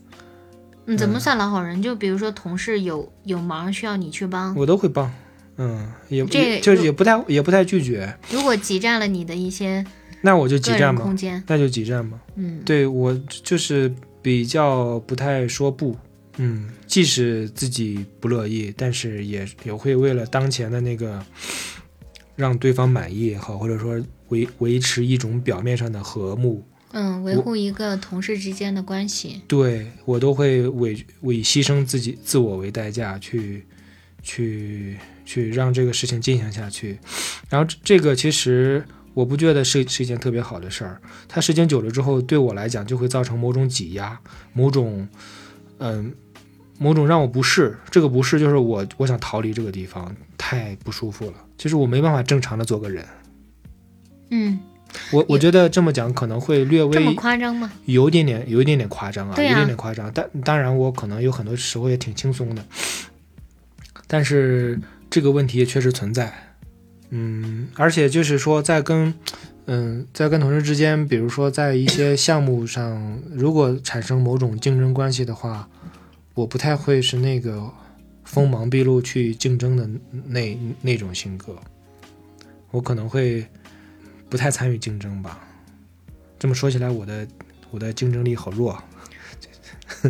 嗯，怎么
嗯
算老好人？就比如说同事有有忙需要你去帮，
我都会帮。嗯，也
这
也就是
有
也不太也不太拒绝，
如果挤占了你的一些
那我就
个
几站
人
嘛
空，间，
那就几站嘛。
嗯，
对我就是比较不太说不，嗯，即使自己不乐意，但是也也会为了当前的那个让对方满意也好，或者说维维持一种表面上的和睦，
嗯，维
我
护一个同事之间的关系，
对我都会为为牺牲自己自我为代价去去去让这个事情进行下去。然后这这个其实我不觉得是是一件特别好的事儿，它时间久了之后对我来讲就会造成某种挤压，某种嗯。某种让我不适，这个不适就是我我想逃离这个地方，太不舒服了。其实我没办法正常的做个人，
嗯，
我我觉得这么讲可能会略微
这么夸张 吗？
有一点点，有一点点夸张啊，
对啊
有一点点夸张。但当然，我可能有很多时候也挺轻松的，但是这个问题也确实存在。嗯，而且就是说，在跟嗯，在跟同事之间，比如说在一些项目上，如果产生某种竞争关系的话，我不太会是那个锋芒毕露去竞争的那那种性格，我可能会不太参与竞争吧。这么说起来，我的我的竞争力好弱，啊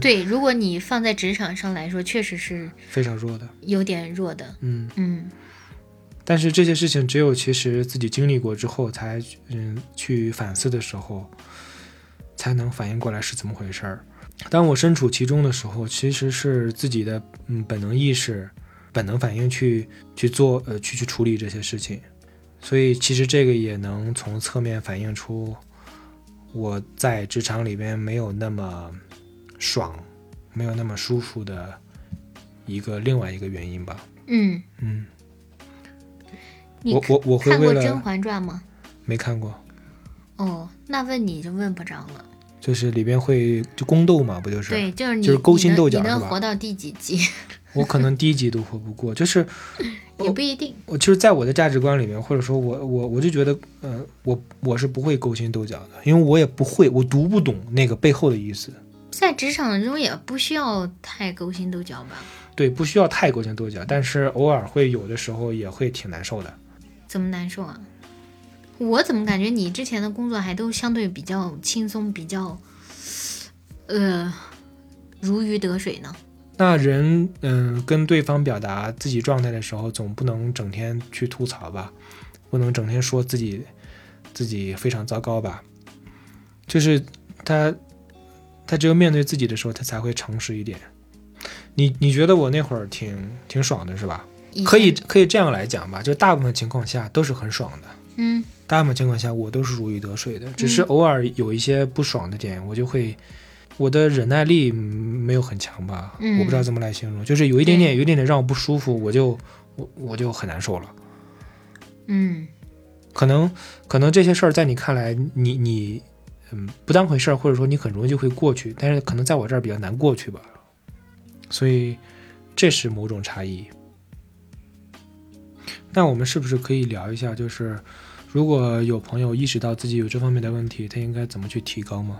对，如果你放在职场上来说，确实是
非常弱的。
有点弱的，
嗯，
嗯
但是这些事情只有其实自己经历过之后才，嗯去反思的时候，才能反应过来是怎么回事儿。当我身处其中的时候，其实是自己的嗯本能意识、本能反应去去做呃去去处理这些事情，所以其实这个也能从侧面反映出我在职场里边没有那么爽、没有那么舒服的一个另外一个原因吧。
嗯，
嗯。
你
我我我会
看
为
过《
了
甄嬛传》吗？
没看过，
哦，那问你就问不着了。
就是里边会就宫斗嘛，不就是？
对，就是你
就是勾
你
心
能
斗角
你
是
能
吧
活到第几 集
我可能第一集都活不过，就是
也不一定。
我就是在我的价值观里面，或者说我我我就觉得，呃，我我是不会勾心斗角的，因为我也不会，我读不懂那个背后的意思。
在职场中也不需要太勾心斗角吧？
对，不需要太勾心斗角，但是偶尔会有的时候也会挺难受的。
怎么难受啊？我怎么感觉你之前的工作还都相对比较轻松，比较，呃，如鱼得水呢？
那人，嗯、跟对方表达自己状态的时候，总不能整天去吐槽吧，不能整天说自己自己非常糟糕吧。就是他，他只有面对自己的时候，他才会诚实一点。你你觉得我那会儿挺挺爽的是吧？
以
可以
前，
可以这样来讲吧，就大部分情况下都是很爽的。
嗯
大部分情况下我都是如鱼得水的，只是
嗯
偶尔有一些不爽的点，我就会我的忍耐力嗯没有很强吧，
嗯
我不知道怎么来形容，就是有一点点有一点点让我不舒服，我就我我就很难受了。
嗯，
可能可能这些事儿在你看来，你你嗯不当回事儿，或者说你很容易就会过去，但是可能在我这儿比较难过去吧，所以这是某种差异。那我们是不是可以聊一下，就是如果有朋友意识到自己有这方面的问题，他应该怎么去提高吗？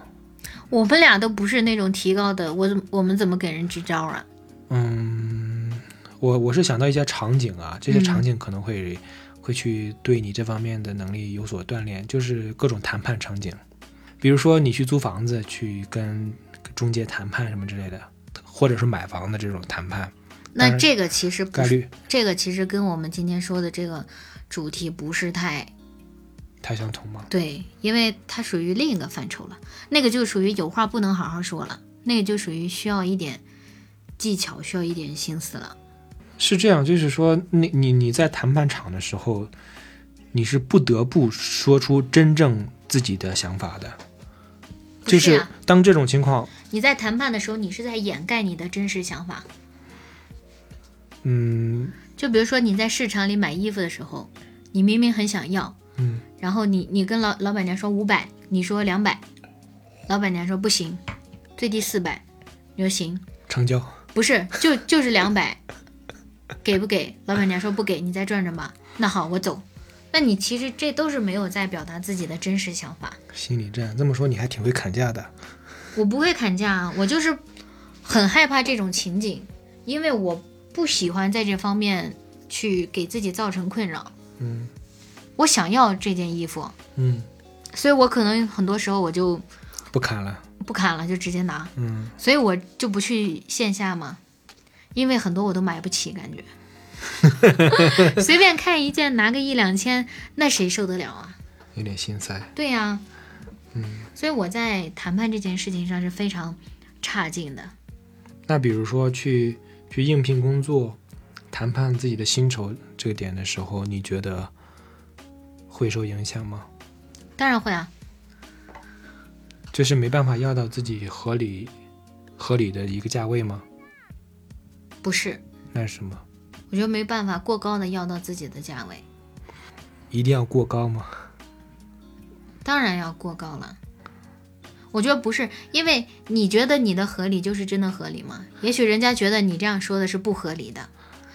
我们俩都不是那种提高的，我怎么我们怎么给人支招啊？
嗯，我我是想到一些场景啊，这些
嗯
场景可能会、会去对你这方面的能力有所锻炼，就是各种谈判场景，比如说你去租房子，去跟中介谈判什么之类的，或者是买房的这种谈判当
那
然
这个其实不
概
是，
率
这个其实跟我们今天说的这个主题不是太
太相同吗？
对，因为它属于另一个范畴了，那个就属于有话不能好好说了，那个就属于需要一点技巧，需要一点心思了。
是这样，就是说你你你在谈判场的时候，你是不得不说出真正自己的想法的，
不
就是是
啊
当这种情况
你在谈判的时候，你是在掩盖你的真实想法。
嗯，
就比如说你在市场里买衣服的时候，你明明很想要，
嗯，
然后你你跟老老板娘说五百，你说两百，老板娘说不行，最低四百，你说行，
成交。
不是，就就是两百，给不给？老板娘说不给，你再转转吧。那好，我走。那你其实这都是没有在表达自己的真实想法。
心理战，这么说你还挺会砍价的。
我不会砍价啊，我就是很害怕这种情景，因为我不喜欢在这方面去给自己造成困扰。
嗯
我想要这件衣服，
嗯，
所以我可能很多时候我就
不砍了。
不砍了，就直接拿。
嗯，
所以我就不去线下嘛，因为很多我都买不起，感 觉随便看一件拿个一两千，那谁受得了啊？
有点心塞。
对呀、
嗯，
所以我在谈判这件事情上是非常差劲的。
那比如说去去应聘工作，谈判自己的薪酬这个点的时候，你觉得会受影响吗？
当然会啊，
就是没办法要到自己合理合理的一个价位吗？
不是，
那是什么？
我觉得没办法过高的要到自己的价位，
一定要过高吗？
当然要过高了。我觉得不是，因为你觉得你的合理就是真的合理吗？也许人家觉得你这样说的是不合理的，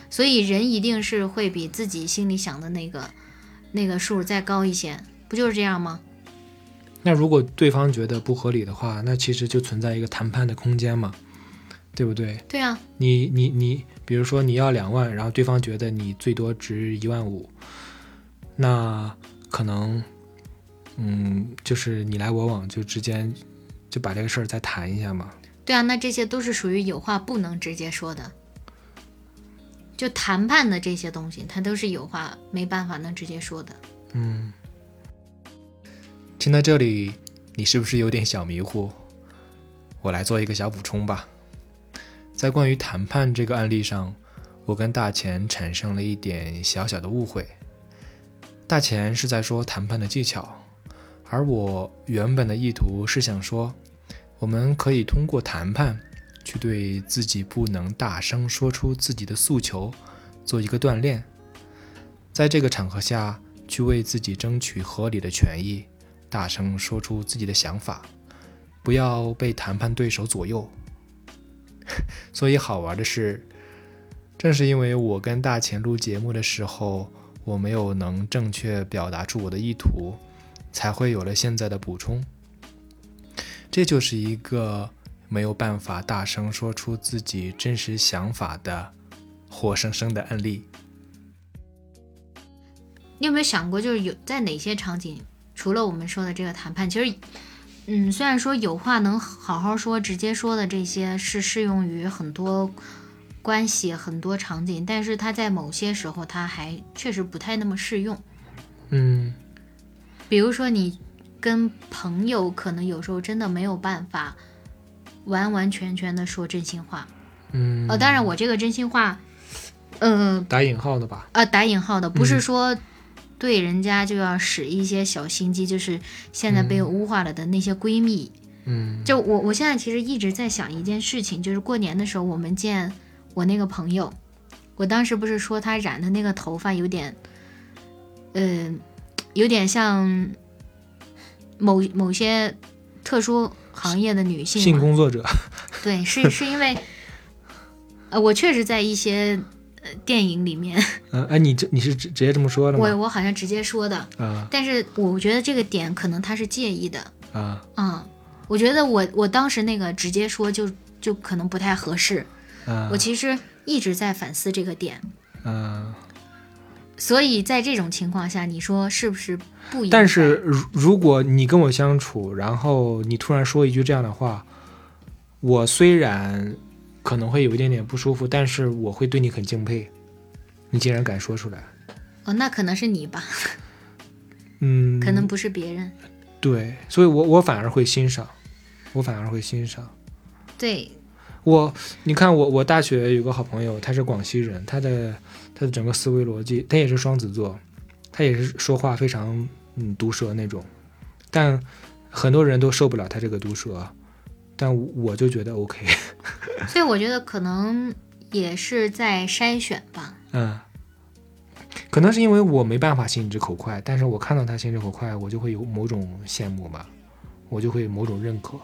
所以人一定是会比自己心里想的那个那个数再高一些，不就是这样吗？
那如果对方觉得不合理的话，那其实就存在一个谈判的空间嘛，对不对？
对啊，
你你你，比如说你要两万，然后对方觉得你最多值一万五，那可能，嗯，就是你来我往，就之间就把这个事儿再谈一下嘛。
对啊，那这些都是属于有话不能直接说的，就谈判的这些东西，它都是有话没办法能直接说的。
嗯，听到这里，你是不是有点小迷糊？我来做一个小补充吧。在关于谈判这个案例上，我跟大钱产生了一点小小的误会。大钱是在说谈判的技巧，而我原本的意图是想说，我们可以通过谈判去对自己不能大声说出自己的诉求做一个锻炼。在这个场合下，去为自己争取合理的权益，大声说出自己的想法，不要被谈判对手左右。 所以好玩的是，正是因为我跟大钱录节目的时候，我没有能正确表达出我的意图，才会有了现在的补充。这就是一个没有办法大声说出自己真实想法的活生生的案例。
你有没有想过，就是有在哪些场景，除了我们说的这个谈判，其实，嗯，虽然说有话能好好说、直接说的这些是适用于很多关系、很多场景，但是它在某些时候，它还确实不太那么适用。
嗯
比如说，你跟朋友可能有时候真的没有办法完完全全的说真心话。
嗯
呃，当然，我这个真心话，呃
打引号的吧。
呃，打引号的，不是
嗯
说对人家就要使一些小心机，就是现在被污化了的那些闺蜜。
嗯
就我我现在其实一直在想一件事情，就是过年的时候我们见我那个朋友，我当时不是说她染的那个头发有点，嗯、有点像某某些特殊行业的女性
性
嘛
工作者。
对，是是因为，呃，我确实在一些呃电影里面，
嗯，哎，你这你是直直接这么说的
我
吗？
我好像直接说的，
啊
但是我觉得这个点可能他是介意的，
啊
嗯，我觉得我我当时那个直接说就就可能不太合适，
啊
我其实一直在反思这个点，
啊！
所以在这种情况下，你说是不是不应该？
但是如如果你跟我相处，然后你突然说一句这样的话，我虽然可能会有一点点不舒服，但是我会对你很敬佩，你竟然敢说出来。
哦，那可能是你吧，
嗯，
可能不是别人。
对，所以我我反而会欣赏，我反而会欣赏。
对，
我，你看我，我大学有个好朋友，他是广西人，他的他的整个思维逻辑，他也是双子座，他也是说话非常嗯毒舌那种，但很多人都受不了他这个毒舌，但我我就觉得 OK，
所以我觉得可能也是在筛选吧。
嗯，可能是因为我没办法心直口快，但是我看到他心直口快，我就会有某种羡慕吧，我就会某种认可。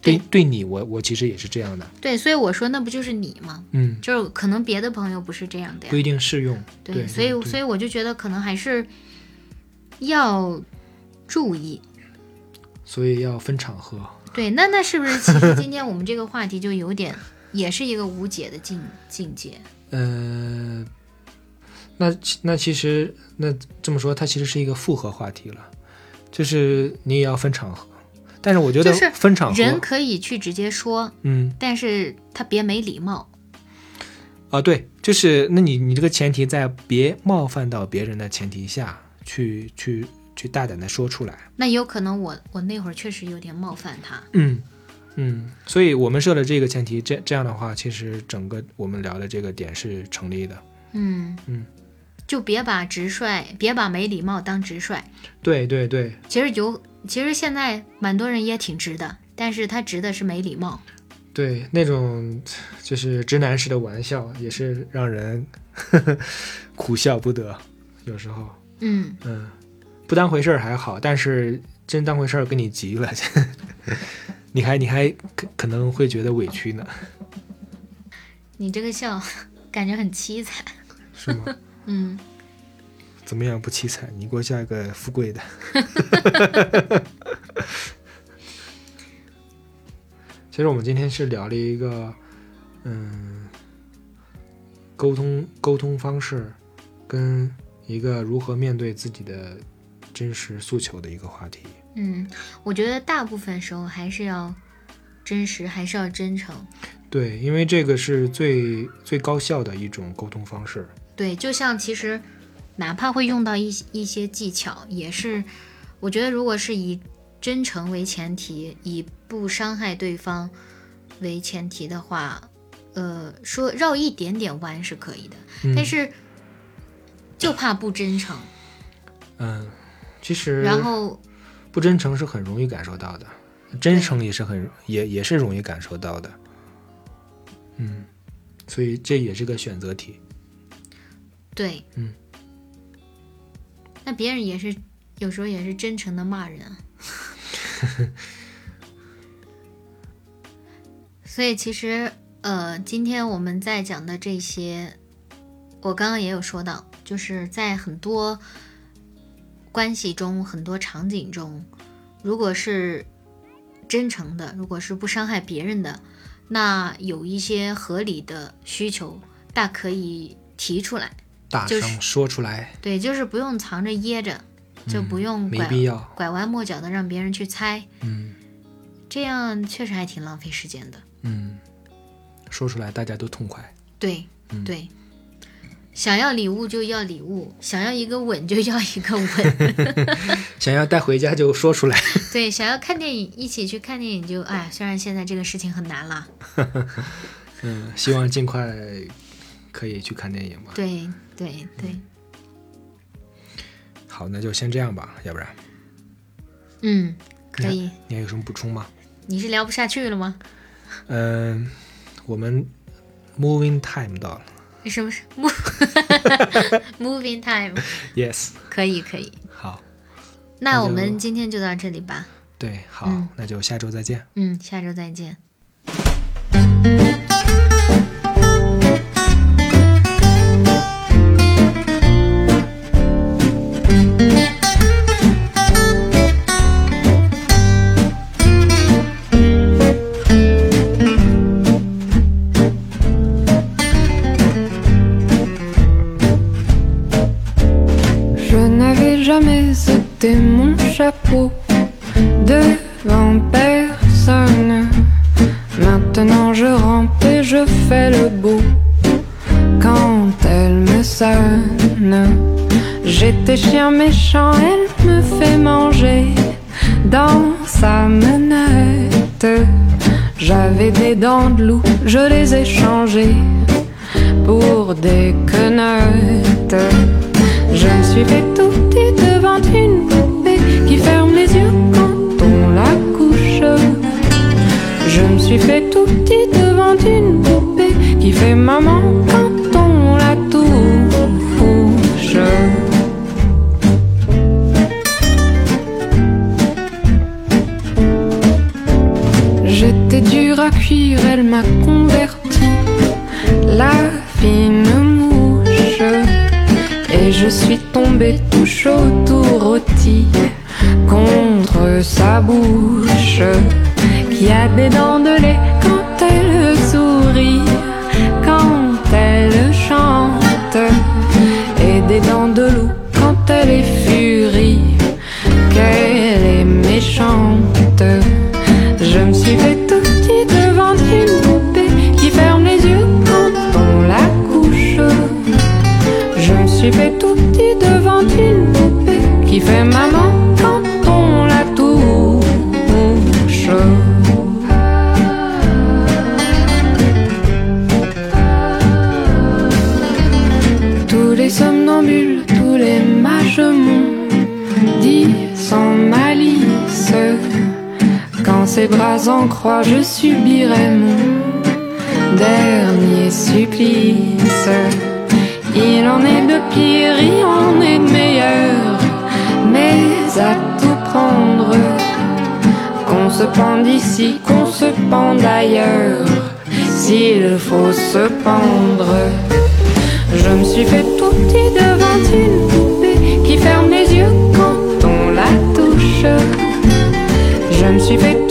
对，对你，我我其实也是这样的，
对，所以我说那不就是你吗？
嗯，
就是可能别的朋友不是这样的呀
不。一定适用，
对，
对
所以
对
所以我就觉得可能还是要注意。
所以要分场合。
对，那那是不是其实今天我们这个话题就有点，也是一个无解的境境界？
呃，那其那其实那这么说，它其实是一个复合话题了，就是你也要分场合。但是我觉得
就是
分场合，
人可以去直接说，
嗯
但是他别没礼貌。
啊，对，就是那你你这个前提在别冒犯到别人的前提下去去去大胆的说出来。
那也有可能我我那会儿确实有点冒犯他，
嗯，嗯，所以我们设了这个前提，这这样的话，其实整个我们聊的这个点是成立的。
嗯
嗯，
就别把直率，别把没礼貌当直率。
对对对
其实有，其实现在蛮多人也挺直的，但是他直的是没礼貌。
对，那种就是直男式的玩笑，也是让人 苦笑不得。有时候，
嗯，
嗯，不当回事儿还好，但是真当回事儿跟你急了， 你还你还可可能会觉得委屈呢，
你这个笑感觉很凄惨。
是吗？
嗯，
怎么样不凄惨？你给我下个富 贵的。其实我们今天是聊了一个，嗯，沟通沟通方式，跟一个如何面对自己的真实诉求的一个话题。
嗯，我觉得大部分时候还是要真实，还是要真诚。
对，因为这个是最最高效的一种沟通方式。
对，就像其实哪怕会用到一些一些技巧，也是我觉得如果是以真诚为前提，以不伤害对方为前提的话，呃，说绕一点点弯是可以的，
嗯
但是就怕不真诚，
嗯，其实
然后
不真诚是很容易感受到的，真诚也是很也也是容易感受到的。嗯，所以这也是个选择题。
对，
嗯，
那别人也是有时候也是真诚的骂人啊。所以其实，呃，今天我们在讲的这些，我刚刚也有说到，就是在很多关系中、很多场景中，如果是真诚的，如果是不伤害别人的，那有一些合理的需求，大可以提出来。
大
就是
声说出来，
对，就是不用藏着掖着，就不用
嗯没
拐、
必要。
拐弯抹角的让别人去猜，
嗯
这样确实还挺浪费时间的。
嗯，说出来大家都痛快。
对、
嗯
对，想要礼物就要礼物，想要一个吻就要一个吻，
想要带回家就说出来。
对，想要看电影一起去看电影就哎，虽然现在这个事情很难了，
嗯，希望尽快可以去看电影吧。
对对对，
好，那就先这样吧，要不然
嗯，可以。
你还有什么补充吗？
你是聊不下去了吗？
嗯，我们 moving time 到了。
什么是 move moving time？
Yes，
可以可以，
好，
那我
就
们今天就到这里吧。
对，好，
嗯
那就下周再见。
嗯，下周再见。
Je n'avais jamais ôté mon chapeau devant personne. Maintenant je rampe et je fais le beau quand elle me sonne. J'étais chien méchant, elle me fait manger dans sa menette. J'avais des dents de loup, je les ai changées pour des quenottes. Je me suis fait touter devant une poupée qui ferme les yeux quand on la couche. Je me suis fait touter devant une poupée qui fait maman quand on la touche. J'étais dure à cuire, elle m'a converti la fine mouche. Et je suis tombée tout chaud, tout rôti contre sa bouche qui a des dents de lait quand elle sourit, quand elle chante, et des dents de loup quand elle est furie, qu'elle est méchante. fait tout petit devant une poupée qui fait maman quand on la touche. Tous les somnambules, tous les magemons dit sans malice. Quand ses bras en croix, je subirai mon dernier supplice. Il en est de pire, il en est de meilleur, mais à tout prendre. Qu'on se pende ici, qu'on se pende ailleurs, s'il faut se pendre. Je me suis fait tout petit devant une poupée qui ferme les yeux quand on la touche. Je me suis fait